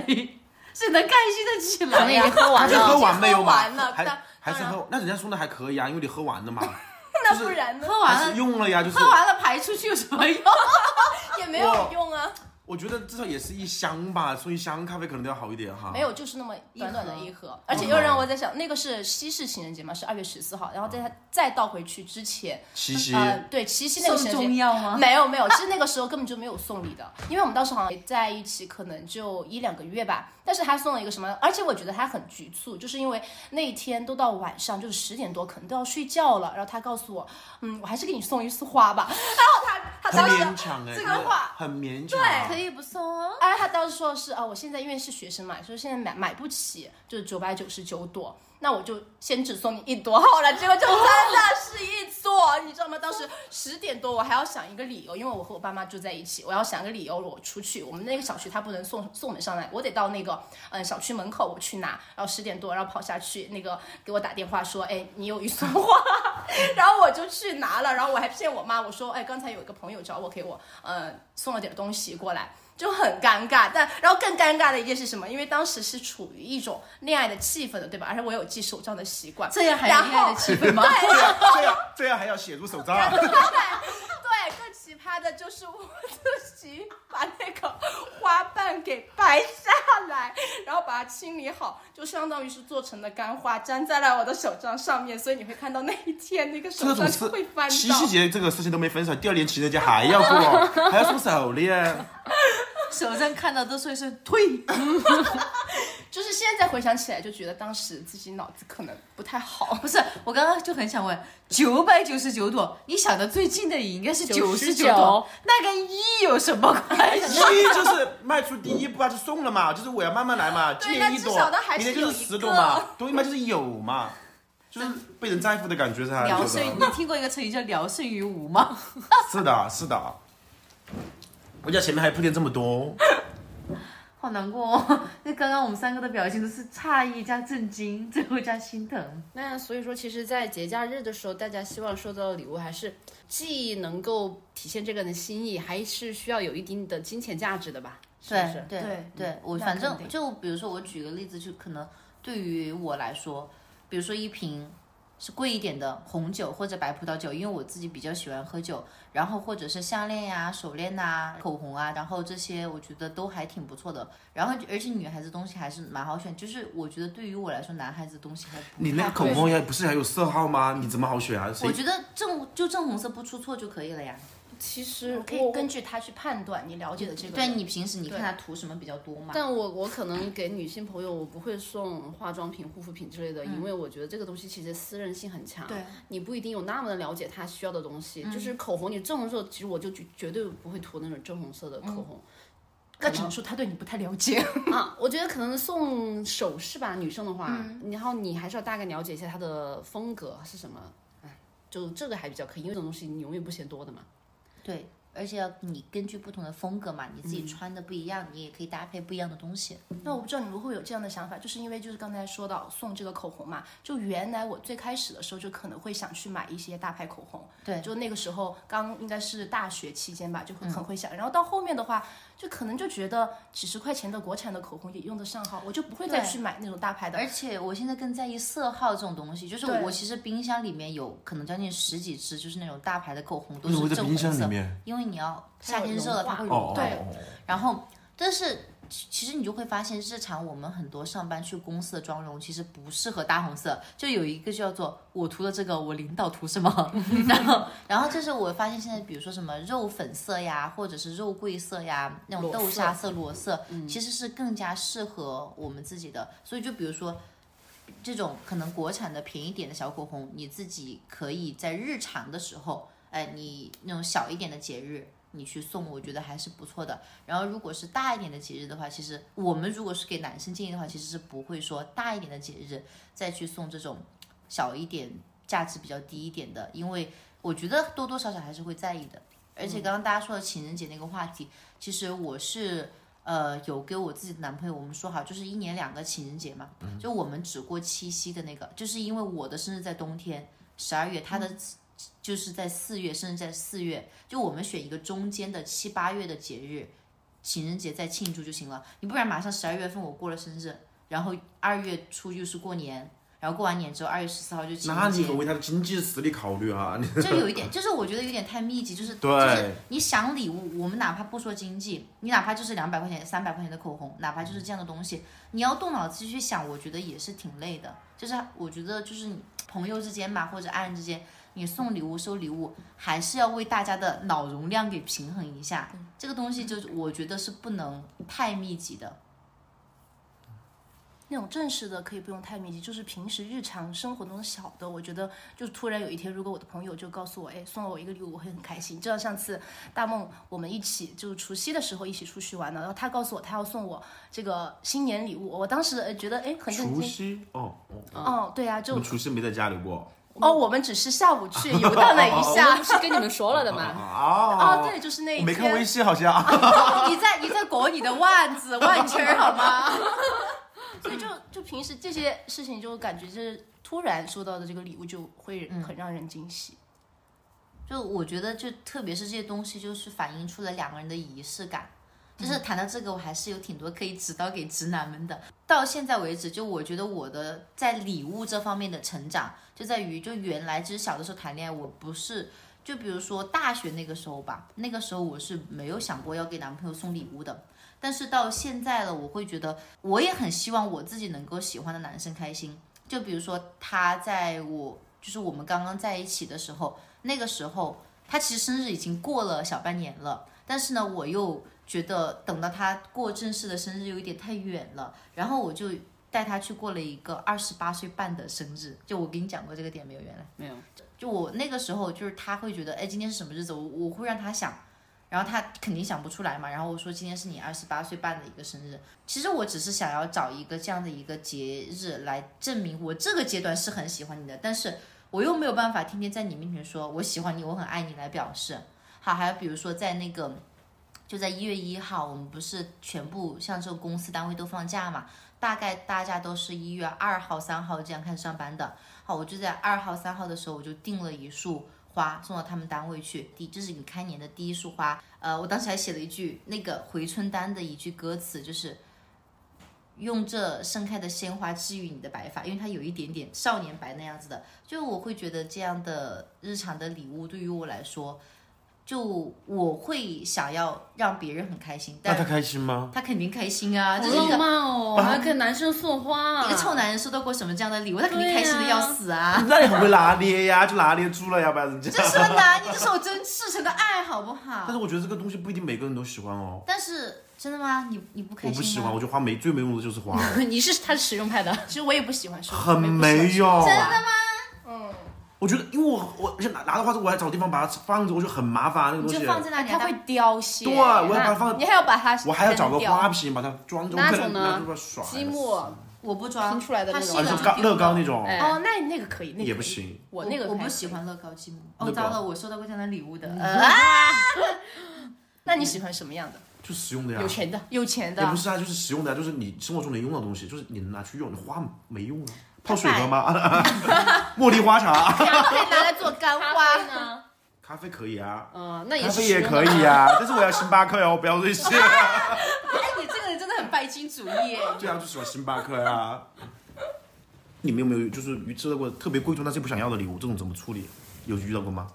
C: 是能开心的起来呀。
B: 喝
A: 他
B: 完
A: 是喝完没有嘛？
D: 已经喝完了当
A: 还还是
D: 当然
A: 喝？那人家送的还可以啊，因为你喝完了嘛，
D: 那不然呢？
C: 喝
A: 还
C: 完
A: 是
C: 了，
A: 用了呀，就是
C: 喝完了排出去有什么用？
D: 也没有用啊，
A: 我觉得至少也是一箱吧，送一箱咖啡可能都要好一点哈。
D: 没有，就是那么短短的
C: 一盒
A: 啊
D: 一盒，而且又让我在想，那个是西式情人节嘛，是二月十四号，然后在他再倒回去之前，
A: 七夕，
D: 呃，对，七夕那个情人节
C: 药吗？
D: 没有没有，其实那个时候根本就没有送礼的，因为我们当时好像在一起可能就一两个月吧。但是他送了一个什么？而且我觉得他很局促，就是因为那一天都到晚上，就是十点多，可能都要睡觉了。然后他告诉我，嗯，我还是给你送一束花吧。 然后他他
A: 很
D: 当时
A: 勉强哎，
D: 这
A: 真
D: 个
A: 的
D: 话
A: 很勉强。啊
C: 可以不送哦。
D: 哎，他当时说的是啊，我现在因为是学生嘛，说现在买买不起，就是九百九十九朵，那我就先只送你一朵好了。结果就真的是一朵，你知道吗？当时十点多，我还要想一个理由，因为我和我爸妈住在一起，我要想个理由我出去。我们那个小区他不能送送我们上来，我得到那个嗯小区门口我去拿，然后十点多，然后跑下去那个给我打电话说，哎，你有一束花。 然后我就去拿了，然后我还骗我妈，我说，哎，刚才有一个朋友找我，给我，呃，送了点东西过来，就很尴尬。但然后更尴尬的一件事是什么？因为当时是处于一种恋爱的气氛的，对吧？而且我有记手账的习惯，
C: 这样还有恋爱的气氛吗？
A: 这样这样这样还要写入手账，
D: 对，更奇葩的就是我自己把那个花瓣给掰下来，然后把它清理好，就相当于是做成了干花，粘在了我的手账上面，所以你会看到那一天那个
A: 这
D: 手
A: 种
D: 账
A: 事
D: 就会翻
A: 七
D: 到
A: 夕。节这个事情都没分手，第二年情人节还要过，还要送手链，
C: 手上看到都说一声退。
D: 就是现在回想起来，就觉得当时自己脑子可能不太 好。
C: 哦不是，我刚刚就很想问，九百九十九朵，你想的最近的也应该是九哦十九朵
B: 99，
C: 那跟一有什么 关
D: 哎
C: 系？
A: 一就是迈出第一步啊，就送了嘛，就是我要慢慢来嘛，今年一朵
D: 那至少它，还是
A: 明年就是十朵
D: 有一
A: 嘛，东西嘛就是有嘛，就是被人在乎的感觉才
C: 聊
A: 有
C: 胜，
A: 的。
C: 你听过一个成语叫聊胜于无吗？
A: 是的，是的。我家前面还铺垫这么多，
C: 好难过哦！ 那刚刚我们三个的表情都是诧异加震惊，最后加心疼。
B: 那所以说，其实，在节假日的时候，大家希望收到的礼物还是既能够体现这个人的心意，还是需要有一定的金钱价值的吧？是不是？
C: 对
D: 对嗯
C: 对，我
D: 那
C: 反
D: 肯
C: 正
D: 定
C: 就比如说，我举个例子，就可能对于我来说，比如说一瓶是贵一点的红酒或者白葡萄酒，因为我自己比较喜欢喝酒，然后或者是项链呀、手链呐、口红啊，然后这些我觉得都还挺不错的。然后而且女孩子东西还是蛮好选，就是我觉得对于我来说，男孩子东西还不
A: 你那
C: 太
A: 个
C: 好
A: 口红也不是还有色号吗？你怎么好选啊？
C: 我
A: 谁
C: 觉得正就正红色不出错就可以了呀。
E: 其实
D: 可以
E: 我
D: 根据他去判断你了解的这个
C: 对啊
D: 人。
C: 你平时你
D: 对
C: 看他涂什么比较多嘛？
B: 但我我可能给女性朋友，我不会送化妆品、护肤品之类的，因为我觉得这个东西其实私人性很强，
D: 对，
B: 你不一定有那么的了解她需要的东西。就是口红，你正红色，其实我就绝绝对不会涂那种正红色的口红。
D: 那只能说他对你不太了解。
B: 啊，我觉得可能送首饰吧，女生的话，然后你还是要大概了解一下她的风格是什么。哎，就这个还比较可以，因为这种东西你永远不嫌多的嘛。
C: 对，而且要你根据不同的风格嘛，你自
A: 嗯
C: 己穿的不一样，你也可以搭配不一样的东西。
D: 那我不知道你们会有这样的想法，就是因为就是刚才说到送这个口红嘛，就原来我最开始的时候就可能会想去买一些大牌口红，
C: 对
D: 就那个时候刚应该是大学期间吧，就会很会想。然后到后面的话，就可能就觉得几十块钱的国产的口红也用得上号，我就不会再
C: 对
D: 去买那种大牌的。
C: 而且我现在更在意色号这种东西，就是
D: 对
C: 我其实冰箱里面有可能将近十几支，就是那种大牌的口红都
A: 为什么会在
C: 是正
A: 冰
C: 红
A: 箱里
C: 色，
A: 面？
C: 因为你要夏天热了它会
A: 哦，哦
C: 融化。
D: 对
A: 哦哦
C: 然后，但是其其实你就会发现，日常我们很多上班去公司的妆容其实不适合大红色，就有一个叫做“我涂了这个，我领导涂什么”， 然后，然后就是我发现现在，比如说什么肉粉色呀，或者是肉桂色呀，那种
B: 裸
C: 豆
B: 色嗯
C: 沙色、裸色，其实是更加适合我们自己的。所以就比如说。这种可能国产的便宜点的小口红，你自己可以在日常的时候，哎，你那种小一点的节日，你去送，我觉得还是不错的。然后如果是大一点的节日的话，其实我们如果是给男生建议的话，其实是不会说大一点的节日再去送这种小一点、价值比较低一点的，因为我觉得多多少少还是会在意的。而且刚刚大家说的情人节那个话题，其实我是。呃，有给我自己的男朋友，我们说好就是一年两个情人节嘛，就我们只过七夕的那个，就是因为我的生日在冬天，十二月，他的就是在四月，生日在四月，就我们选一个中间的七八月的节日，情人节再庆祝就行了。你不然马上十二月份我过了生日，然后二月初又是过年，然后过完年之后二月十四号就情
A: 那
C: 人
A: 你
C: 节
A: 可，为他的经济实力考虑啊！你
C: 就有一点，就是我觉得有点太密集，就是
A: 对
C: 就是你想礼物，我们哪怕不说经济，你哪怕就是两百块钱、三百块钱的口红，哪怕就是这样的东西，你要动脑子去想，我觉得也是挺累的。就是我觉得就是你朋友之间嘛，或者爱人之间，你送礼物、收礼物，还是要为大家的脑容量给平衡一下。这个东西就是我觉得是不能太密集的。
D: 那种正式的可以不用太密集，就是平时日常生活中的小的，我觉得就突然有一天，如果我的朋友就告诉我，哎，送了我一个礼物，我会很开心。就像上次大梦我们一起就是除夕的时候一起出去玩的，然后他告诉我他要送我这个新年礼物，我当时呃觉得哎很震
A: 除
D: 惊。
A: 夕哦，哦
D: 哦，对啊，
A: 你
D: 就
A: 们除夕没在家里过？
D: 哦，我们只是下午去游荡了一
B: 我
D: 下
B: 不。是跟你们说了的
A: 啊
B: 吗？
D: 啊，
A: 哦，
D: 对，就是那一
A: 我
D: 天。
A: 没看微信好像。
C: 你在你在裹你的腕子腕圈儿好吗？
D: 所以就就平时这些事情，就感觉就是突然收到的这个礼物就会很让人惊喜。
C: 就我觉得，就特别是这些东西，就是反映出了两个人的仪式感。就是谈到这个，我还是有挺多可以指导给直男们的。到现在为止，就我觉得我的在礼物这方面的成长，就在于就原来就是小的时候谈恋爱，我不是就比如说大学那个时候吧，那个时候我是没有想过要给男朋友送礼物的。但是到现在了，我会觉得我也很希望我自己能够喜欢的男生开心。就比如说他在我就是我们刚刚在一起的时候，那个时候他其实生日已经过了小半年了，但是呢，我又觉得等到他过正式的生日有一点太远了，然后我就带他去过了一个二十八岁半的生日。就我跟你讲过这个点没有？原来。
B: 没有，
C: 就我那个时候，就是他会觉得，哎，今天是什么日子？我我会让他想，然后他肯定想不出来嘛。然后我说今天是你二十八岁半的一个生日。其实我只是想要找一个这样的一个节日来证明我这个阶段是很喜欢你的，但是我又没有办法天天在你面前说我喜欢你，我很爱你来表示。好，还有比如说在那个。就在一月一号，我们不是全部像这个公司单位都放假嘛？大概大家都是一月二号、三号这样开始上班的。好，我就在二号、三号的时候，我就订了一束花送到他们单位去。第，这是你开年的第一束花。呃，我当时还写了一句那个回春丹的一句歌词，就是用这盛开的鲜花治愈你的白发，因为它有一点点少年白那样子的。就我会觉得这样的日常的礼物对于我来说，就我会想要让别人很开心，
F: 那
C: 但
F: 他开心吗？
C: 他肯定开心啊，
B: 好
C: 这是一
B: 浪
C: 个
B: 漫哦，还给男生送花，
C: 一个臭男人收到过什么这样的礼物，他肯定开心的
B: 嗯对啊
C: 要死啊！
A: 那你很会拿捏呀，就拿捏住了呀，不然人家。
C: 这是啊拿捏，这是我真赤诚的爱，好不好
A: 但？是我觉得这个东西不一定每个人都喜欢哦。
C: 但是真的吗？你你不开
A: 我
C: 心吗？
A: 不喜欢，我觉得花没最没用的就是
B: 嗯
A: 花，
D: 你是他是实用 派的，
A: 哦
D: 其实我也不喜欢说，
A: 很
D: 我也不喜欢
A: 没用。真的吗？
D: 嗯，
A: 我觉得，因为我我而且拿拿到花之后，我还找地方把它放着，我觉得很麻烦那个
C: 你
A: 东西
C: 就。放在那里啊，
D: 它会凋谢。
A: 对，我要把它放
D: 你，还要把它，
A: 我还要找个花，瓶把它装着，
B: 哪
A: 我可
B: 种
A: 能
B: 呢
A: 拿出来耍。
B: 积木，
C: 我不装
D: 拼出来的
C: 它
D: 那
C: 是
A: 啊，
D: 种
C: 一
A: 你
C: 个
A: 说高乐高那种
B: 哎
D: 哦，那那个可以，那个
A: 也不
D: 可以，
A: 行。
D: 我那个
C: 我
D: 开
C: 不
D: 始
C: 喜。欢乐高积木。哦，
A: 乐高
C: 糟了，我收到过这样的礼物的。啊
D: 那你喜欢什么样的？
A: 就实用的呀
D: 有，钱的，有钱
A: 啊也不
D: 的。
A: 是啊，就是实用的呀，就是你生活中能用到的东西，就是你能拿去用，你花没用啊。泡水喝吗？ 茉莉花茶，
D: 可以拿来做干
B: 咖啡呢？
A: 咖啡可以啊，
B: 嗯，那也
A: 咖
B: 是
A: 啡
B: 实用
A: 也
B: 的
A: 可以啊，但是我要星巴克呀，我不要瑞士。
C: 哎，你这个人真的很拜金主义。
A: 对啊，就喜欢星巴克呀、啊你们有没有就是遇到过特别贵重但是不想要的礼物？这种怎么处理？有遇到过吗？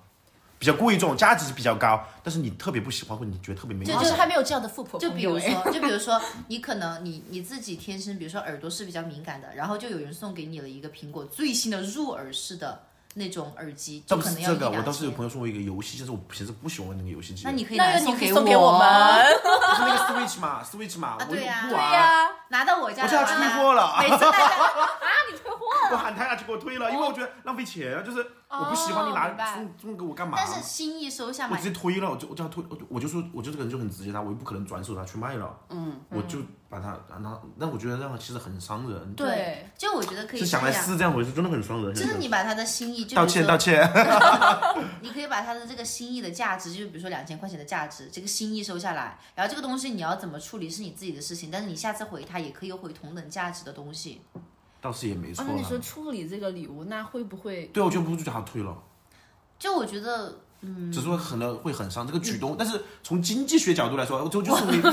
A: 比较贵重，价值比较高，但是你特别不喜欢，或者你觉得特别没
D: 就
A: 用
D: 就。是还没有这样的富婆
C: 就
D: 朋
C: 比
D: 友
C: 如
D: 哎
C: 说，就比如说，你可能你你自己天生，比如说耳朵是比较敏感的，然后就有人送给你了一个苹果最新的入耳式的那种耳机，
A: 倒
C: 就
A: 不
C: 可
A: 是
C: 能要
A: 这
C: 一
A: 个，我
C: 两
A: 倒是有
C: 千。
A: 朋友送我一个游戏，但是我平时不喜欢玩那个游戏机。
C: 那你可以
D: 那
C: 拿
D: 个你可以
C: 给
D: 送给我们，
A: 就是那个 Switch 嘛，Switch 嘛，我
C: 啊对
A: 又
C: 呀
A: 不
C: 对
A: 玩，
C: 拿到我家
A: 我
C: 来
A: 就要退货了。
C: 每次 大家啊
A: 我喊他俩去给我退了，因为我觉得浪费钱，啊就是我不喜欢你
C: 哦明
A: 拿
C: 白
A: 送送给我干嘛？
C: 但是心意收下
A: 我
C: 嘛
A: 直，接推了，我就我就要推，我就我就说，我就这个人就很直接，他我又不可能转手拿去卖了，嗯，我就把它让他，那我觉得这样其实很伤人，
D: 对，
C: 就我觉得可以
A: 就
C: 这
A: 想来
C: 样。
A: 是这样回事，真的很伤人。
C: 就是你把他的心意，就
A: 道
C: 比如
A: 歉
C: 说
A: 道歉，
C: 你可以把他的这个心意的价值，就比如说两千块钱的价值，这个心意收下来，然后这个东西你要怎么处理是你自己的事情，但是你下次回他也可以回同等价值的东西。
A: 倒是也没错
C: 哦
B: 啊，那你说
A: 啦。
B: 处理这个礼物，那会不会
A: 对，我就不就叫他退了，
C: 就我觉得
A: 只是说可能会很伤这个举
C: 嗯
A: 动，但是从经济学角度来说，就 就是你，就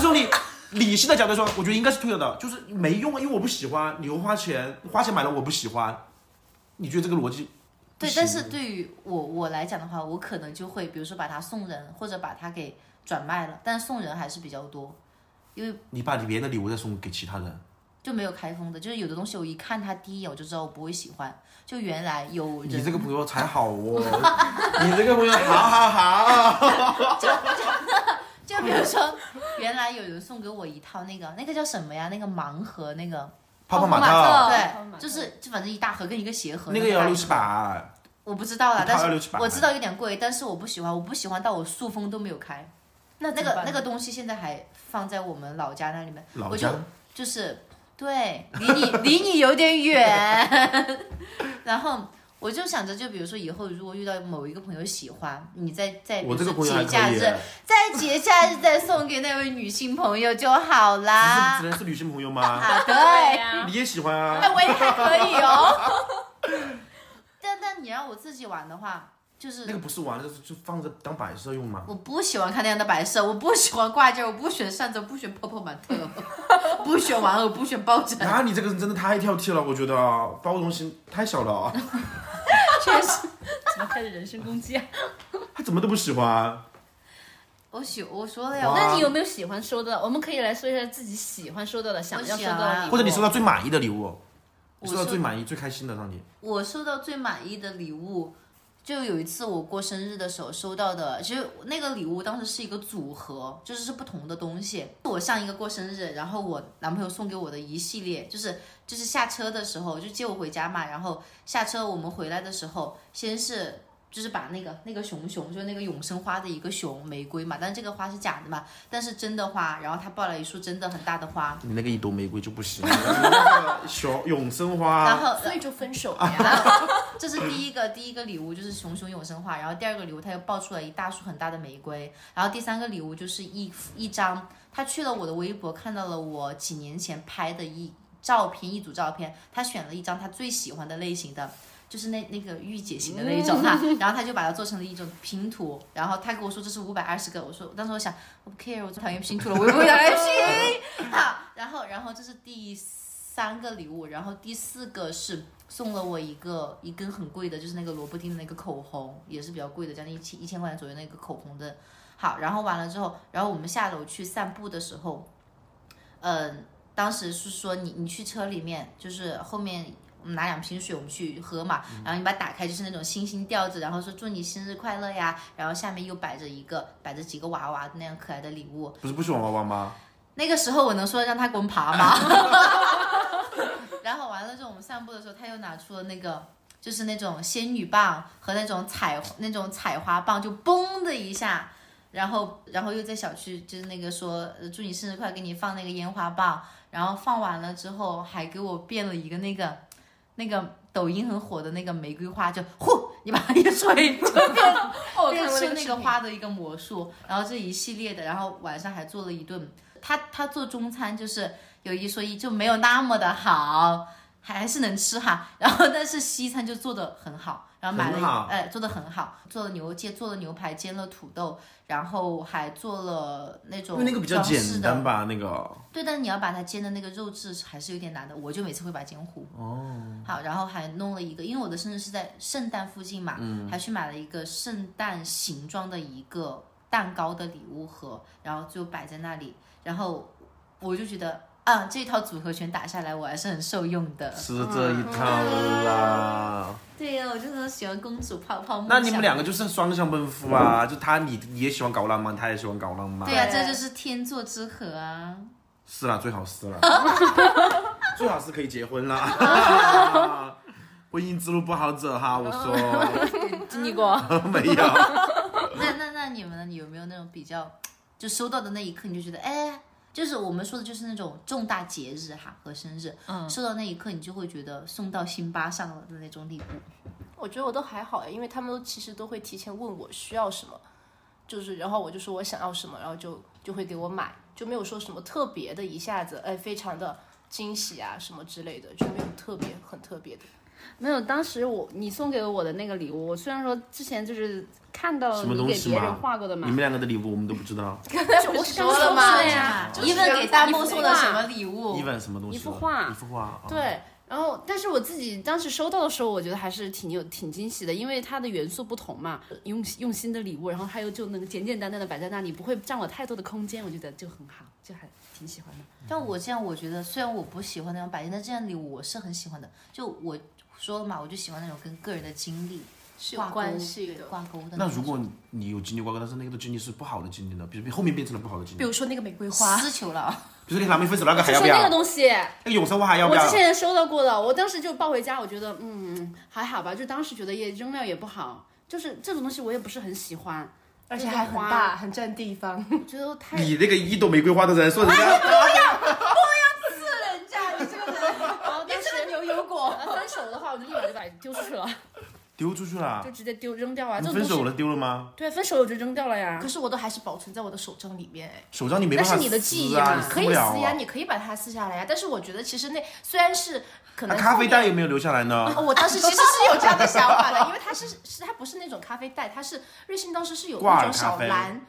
A: 是你理性的角度来说，我觉得应该是退了的，就是没用，因为我不喜欢，你又花钱，花钱买了我不喜欢，你觉得这个逻辑不
C: 对，
A: 行？
C: 但是对于我我来讲的话，我可能就会，比如说把它送人，或者把它给转卖了，但是送人还是比较多，因为
A: 你把别人的礼物再送给其他人，
C: 就没有开封的，就是有的东西我一看它第一眼我就知道我不会喜欢，就原来有
A: 你
C: 人
A: 这个朋友才好 哦，你这个朋友好好好，
C: 就比如说原来有人送给我一套那个那个叫什么呀，那个盲盒那个，
A: 泡泡玛
D: 泡泡
A: 特，
D: 玛
B: 泡泡玛
C: 对，
B: 特
C: 就是就反正一大盒跟一个鞋盒，
A: 那个也要六七，百，
C: 我不知道啦
A: 一，套
C: 但
A: 要600
C: 是
A: 吧
C: 我知道有点贵，但是我不喜欢，我不喜欢到我塑封都没有开。
D: 那
C: 那
D: 那
C: 个
D: 个
C: 那
D: 那
C: 个
D: 个
C: 东西现在还放在我们老家那里面，
A: 老
C: 我
A: 家
C: 就就是对离你离你有点远， 然后我就想着，就比如说以后如果遇到某一个朋友喜欢，哎你在在比
A: 我
C: 如
A: 这个
C: 说
A: 朋友还
C: 节
A: 可
C: 假
A: 以，
C: 日
A: 只是，
C: 在节假日再送给那位女性朋友就好啦
A: 只。能是女性朋友吗？
C: 啊，对，
B: 呀
A: 你也喜欢啊？
D: 哎，我也还可以哦。
C: 但但你让我自己玩的话，就是
A: 那个不是玩的，就是就放着当摆设用嘛。
C: 我不喜欢看那样的摆设，我不喜欢挂件，我不选扇子，我不选泡泡玛特， 不选玩偶，不选 抱枕。
A: 啊，你这个人真的太挑剔了，我觉得啊包容心太小了啊，
D: 怎么开始人身攻击啊？
A: 他怎么都不喜 欢。
C: 我喜我说了呀，
A: 哇
C: 我
B: 那你有没有喜欢收到的？我们可以来说一下自己喜欢收到的、想要收到
C: 我
B: 的
C: 想
B: 礼物，
A: 或者你收到最满意的礼物，
C: 我
A: 你收到
C: 收
A: 最满意、最开心的，让你
C: 我收到最满意的礼物，就有一次我过生日的时候收到的，其实那个礼物当时是一个组合，就是是不同的东西。我上一个过生日，然后我男朋友送给我的一系列，就是就是下车的时候就接我回家嘛，然后下车我们回来的时候，先是。就是把那个那个熊熊，就是那个永生花的一个熊玫瑰嘛，但这个花是假的嘛，但是真的花，然后他抱了一束真的很大的花，
A: 你那个一朵玫瑰就不 行，你那个小永生
C: 然
A: 花，
C: 后
D: 所以就分手 了呀。
C: 这是第一个第一个礼物，就是熊熊永生花。然后第二个礼物，他又爆出来一大束很大的玫瑰。然后第三个礼物就是一一张，他去了我的微博，看到了我几年前拍的一照片，一组照片，他选了一张他最喜欢的类型的。就是那那个御姐型的那一种哈，然后他就把它做成了一种拼图，然后他跟我说这是五百二十个，我说当时我想我不 care，我最讨厌拼图了，我也不会来拼。好，然后然后这是第四三个礼物，然后第四个是送了我一个一根很贵的，就是那个萝卜丁的那个口红，也是比较贵的，将近一千一千块钱左右那个口红的。好，然后完了之后，然后我们下楼去散步的时候，嗯、当时是说你你去车里面，就是后面我们拿两瓶水我们去喝嘛，然后你把它打开就是那种星星吊着，然后说祝你生日快乐呀，然后下面又摆着一个摆着几个娃娃那样可爱的礼物。
A: 不是不喜欢娃娃吗？
C: 那个时候我能说让他滚爬吗？ 然后完了之后我们散步的时候，他又拿出了那个。就是那种仙女棒和那种彩那种采花棒，就嘣的一下，然后然后又在小区就是那个说呃祝你生日快乐，给你放那个烟花棒，然后放完了之后还给我变了一个那个那个抖音很火的那个玫瑰花，就呼你把它一吹就变了，
D: 哦， 我
C: 变
D: 看过
C: 是
D: 个
C: 那
D: 视
C: 个
D: 频
C: 花的一个魔术，然后这一系列的，然后晚上还做了一顿，他他做中餐就是有一说一就没有那么的好，还是能吃哈，然后但是西餐就做的很好，然后买了
A: 很
C: 一
A: 好
C: 哎做的很好，做了牛街，做了牛排，煎了土豆，然后还做了那
A: 因
C: 种
A: 为那个比较
C: 装饰
A: 简
C: 的
A: 单吧，那个
C: 对，但是你要把它煎的那个肉质还是有点难的，我就每次会把它煎糊。哦，好，然后还弄了一个，因为我的生日是在圣诞附近嘛，
A: 嗯
C: 还去买了一个圣诞形状的一个蛋糕的礼物盒，然后就摆在那里，然后我就觉得啊，这套组合拳打下来，我还是很受用的。
A: 是这一套啦。
C: 对呀、我就很喜欢公主泡泡沫。
A: 那你们两个就是双向奔赴啊，就他你你也喜欢搞浪漫，他也喜欢搞浪漫。
C: 对呀、
E: 对
C: 这就是天作之合啊。
A: 是啦，最好是 啦，最好是可以结婚 啦。婚姻之路不好走哈，我说
B: 经历过。
A: 没有。
C: 那那那你们呢？你有没有那种比较，就收到的那一刻你就觉得，哎，就是我们说的就是那种重大节日哈和生日，嗯，收到那一刻你就会觉得送到心巴上了的那种礼物。
D: 我觉得我都还好因为他们都其实都会提前问我需要什么，就是然后我就说我想要什么，然后就就会给我买，就没有说什么特别的，一下子哎非常的惊喜啊什么之类的，就没有特别很特 别的。
B: 没有，当时我你送给我的那个礼物，我虽然说之前就是看到
A: 什么
B: 你
A: 东
B: 给
A: 西
B: 别人
A: 嘛？
B: 画过的嘛
A: 你，们两个的礼物我们都不知道。
D: 就我
C: 说了
D: 刚
C: 吗
D: 说
C: 对
D: 的
C: 呀
D: 呀，
C: 一问给大梦送了什么礼
A: 一
C: 物？
A: 本什么东西？
B: 哦一幅画
A: 一幅画。啊，
B: 对。然后，但是我自己当时收到的时候，我觉得还是挺有挺惊喜的，因为它的元素不同嘛，用用心的礼物，然后它又就能简简单单的摆在那里，不会占我太多的空间，我觉得就很好，就还挺喜欢的。
C: 但我这样，我觉得虽然我不喜欢那种摆件，但这样礼物我是很喜欢的。就我说了嘛，我就喜欢那种跟个人的经历
D: 是有
C: 挂钩
D: 关系
C: 对
D: 的。
C: 挂钩的
A: 那
C: 种
A: 如果你你有经历过，但是那个经历是不好的经历呢？比如后面变成了不好的经历，
D: 比如
A: 比
D: 说那个玫瑰花，
C: 私求了 啊，
A: 如说你男朋友分手那个还
B: 就
A: 要
B: 是
A: 不
B: 那个
A: 要？
B: 东西，
A: 那个永生花还要不
B: 我
A: 要
B: 之？前也收到过的，我当时就抱回家，我觉得嗯还好吧，就当时觉得也扔掉也不好，就是这种东西我也不是很喜欢，
D: 而且还很大，很占地 方。
B: 我觉得太
A: 你那个一朵玫瑰花都人说人
B: 哎
A: 家
C: 人家你这个 人，你这个牛油 果。
B: 呃分手的话，我就立马就把它丢出去了，
A: 丢出去了
B: 就，直接丢扔掉 啊。这
A: 你
B: 种
A: 分
B: 东
A: 手
B: 西，
A: 了丢了吗？
B: 对，分手我就扔掉了呀
D: 可。是我都还是保存在我的手账里面，哎，
A: 手账你没办法
B: 那是你的记忆
A: 撕啊，
B: 嘛
A: 你撕
D: 可以
A: 不了
D: 撕呀，
A: 啊。
D: 你可以把它撕下来呀。但是我觉得其实那虽然是可
A: 那
D: 能
A: 啊咖啡
D: 后面
A: 袋有没有留下来呢？
D: 哦，我当时其实是有这样的想法的，因为它是是它不是那种咖啡袋，它是瑞幸当时是有
A: 挂
D: 那
A: 耳
D: 种
A: 咖
D: 小
A: 啡
D: 蓝，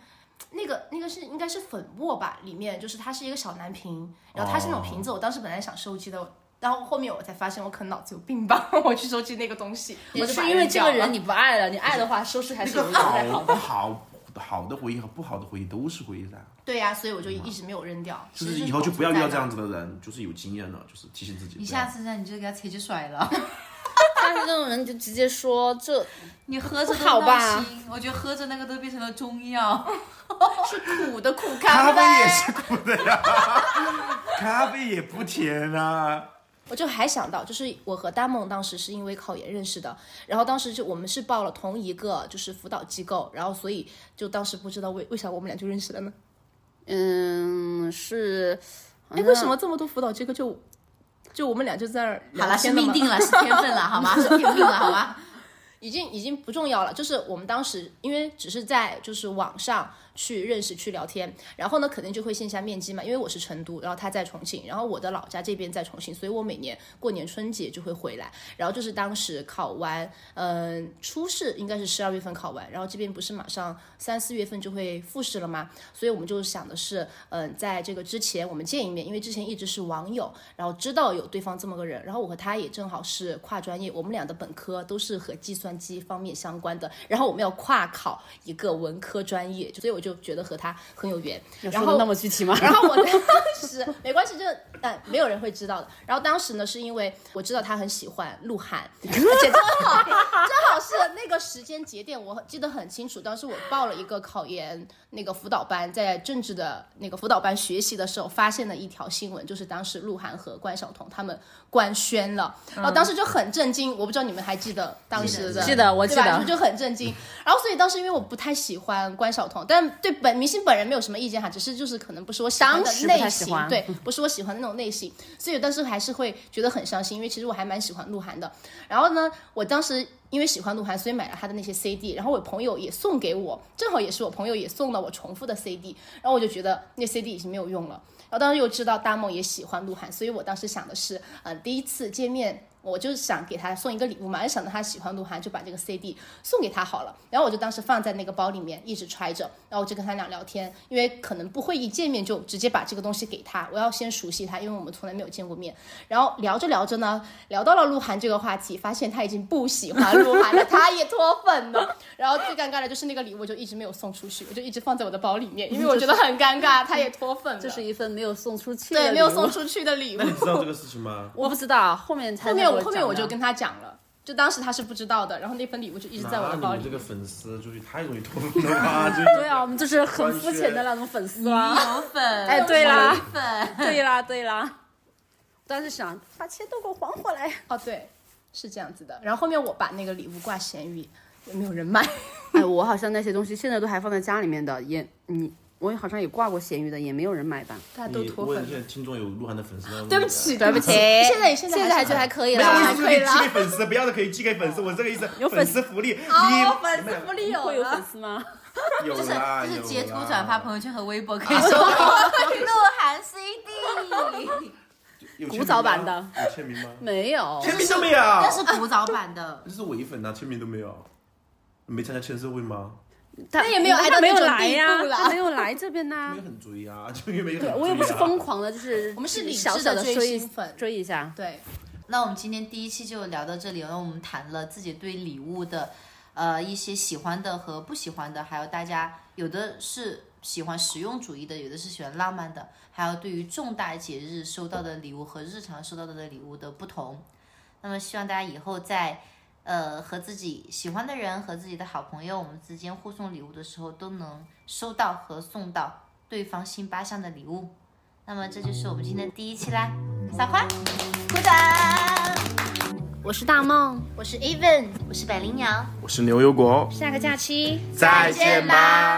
D: 那个那个是应该是粉末吧，里面就是它是一个小蓝瓶，然后它是那种瓶子，
A: 哦
D: 我当时本来想收集的，然后后面我才发现我可能脑子有病吧， 我去收集那个东西，我
B: 也
D: 就是把
B: 因为这个
D: 扔掉
B: 人
D: 了。
B: 你不爱了，你爱的话收拾还是有一
A: 好
B: 点 好的。
A: 好好的回忆和不好的回忆都是回忆噻，
D: 对呀、所以我就一直没有扔掉。
A: 就
D: 其
A: 是
D: 实
A: 以后就不要遇
D: 保存
A: 到
D: 在
A: 这样子的人，就是有经验了，就是提醒自己。
C: 你
A: 不要
C: 下次这样你就给他扯去甩了。
B: 但是这种人就直接说这
C: 你喝着
B: 不好吧
C: 都闹心？我觉得喝着那个都变成了中药。
D: 那苦的苦
A: 咖
D: 咖
A: 啡也
D: 啡。
A: 是苦的呀，咖啡也不甜啊。
D: 我就还想到，就是我和大梦当时是因为考研认识的，然后当时就我们是报了同一个就是辅导机构，然后所以就当时不知道为为啥我们俩就认识了呢？
B: 嗯 是，
D: 哎，为什么这么多辅导机构就就我们俩就在那儿
C: 好
D: 聊
C: 了，是
D: 天了
C: 命
D: 吗
C: 定 了，是天分了，好吗？是天 命了，好 吗？
D: 已经已经不重要了。就是我们当时因为只是在就是网上，去认识、去聊天。然后呢，肯定就会线下面基嘛，因为我是成都，然后他在重庆，然后我的老家这边在重庆，所以我每年过年春节就会回来。然后就是当时考完，嗯、初试应该是十二月份考完，然后这边不是马上三四月份就会复试了吗？所以我们就想的是，嗯、在这个之前我们见一面，因为之前一直是网友，然后知道有对方这么个人，然后我和他也正好是跨专业，我们俩的本科都是和计算机方面相关的，然后我们要跨考一个文科专业，所以我就觉得和他很有缘。
B: 要
D: 然
B: 说
D: 后
B: 的那么具 体吗？
D: 然后我当时没关系，这但没有人会知道的。然后当时呢，是因为我知道他很喜欢鹿晗，而且正好 正好是那个时间节点，我记得很清楚。当时我报了一个考研那个辅导班，在政治的那个辅导班学习的时候，发现了一条新闻，就是当时鹿晗和关晓彤他们官宣了，然后当时就很震惊。我不知道你们还记得当时的
B: 嗯记得我
D: 对
B: 记
D: 吧？
B: 得
D: 就就很震惊。然后所以当时因为我不太喜欢关晓彤，但对本明星本人没有什么意见哈，只是就是可能不是我喜欢
B: 当
D: 的
B: 时不
D: 类
B: 太喜
D: 型，
B: 欢
D: 对，不是我喜欢的那种类型，所以当时还是会觉得很伤心，因为其实我还蛮喜欢鹿晗的。然后呢，我当时因为喜欢鹿晗，所以买了他的那些 CD，然后我朋友也送给我，正好也是我朋友也送了我重复的 CD，然后我就觉得那 CD 已经没有用了。然后当时又知道大梦也喜欢鹿晗，所以我当时想的是，嗯、第一次见面。我就想给他送一个礼物嘛，就想到他喜欢鹿晗，就把这个 CD 送给他好了。然后我就当时放在那个包里面，一直揣着。然后我就跟他俩聊天，因为可能不会一见面就直接把这个东西给他，我要先熟悉他，因为我们从来没有见过面。然后聊着聊着呢，聊到了鹿晗这个话题，发现他已经不喜欢鹿晗了，他也脱粉了。然后最尴尬的就是那个礼物就一直没有送出去，我就一直放在我的包里面，因为我觉得很尴尬，他也脱粉了。
B: 这是一份没有送出去的
D: 对没有
B: 礼物
D: 送，出去的礼物
F: 那。你知道这个事情吗？
B: 我不知道后面才
D: 后面
B: 我
D: 我后面我就
B: 讲的
D: 跟他讲了，就当时他是不知道的，然后那份礼物就一直在我的
F: 那
D: 包
F: 你们
D: 里
F: 这。个粉丝就是太容易脱粉了吧？就
B: 对啊，我们就是很肤浅的那种粉丝啊。
C: 有粉，
B: 哎对啦
C: 有粉，
B: 对啦对啦，当时想
E: 把钱都给我还回来。
D: 哦，对，是这样子的。然后后面我把那个礼物挂闲鱼，也没有人买。
B: 哎，我好像那些东西现在都还放在家里面的，也你我好像也挂过闲鱼的，也没有人买吧？
D: 大家都
F: 你
D: 脱
F: 问
D: 粉
F: 一下听众有鹿晗的粉丝吗？
D: 对不起，
B: 对不起
D: 现在现在
E: 现在还觉得还可以
F: 没有，我
E: 啦
F: 意。思是可以寄给粉丝，不要的可以寄给粉丝，我这个意思。
B: 有
F: 粉
B: 粉
F: 丝福利，
E: 哦，
F: 你
E: 粉丝福利
D: 啊
E: 有
B: 会有粉
E: 了，
B: 丝吗？
F: 有
C: 就是
F: 啦，
C: 就是
F: 有
C: 截图
F: 啦
C: 转发朋友圈和微博 可以收到鹿晗 CD，
F: 有
B: 古早版的嗯
F: 签名吗，
B: 没有
F: 有，签名吗？签名都没
C: 那
F: 有，
C: 是古早版的。
F: 这是伪粉啊，签名都没有。你没参加签售会吗？
B: 他
D: 那也没有
B: 他
D: 爱到
B: 没有
D: 那种
B: 来
D: 地
B: 呀
D: 步，啦
B: 他没有来这边呐
F: 没有。很追啊，就因为没有很追
B: 对
F: 啊。
B: 我也不是疯狂的，就是
D: 我们是理智的
B: 小小地
D: 追
B: 追
D: 星粉
B: 追一下。
D: 对，
C: 那我们今天第一期就聊到这里了，那我们谈了自己对礼物的，呃，一些喜欢的和不喜欢的，还有大家有的是喜欢实用主义的，有的是喜欢浪漫的，还有对于重大节日收到的礼物和日常收到的礼物的不同。那么希望大家以后在，呃，和自己喜欢的人和自己的好朋友我们之间互送礼物的时候，都能收到和送到对方心巴上的礼物。那么这就是我们今天的第一期啦，撒欢，鼓掌！
B: 我是大梦。
C: 我是 Even，我是百灵鸟，
A: 我是牛油果，
C: 下个假期
A: 再见吧。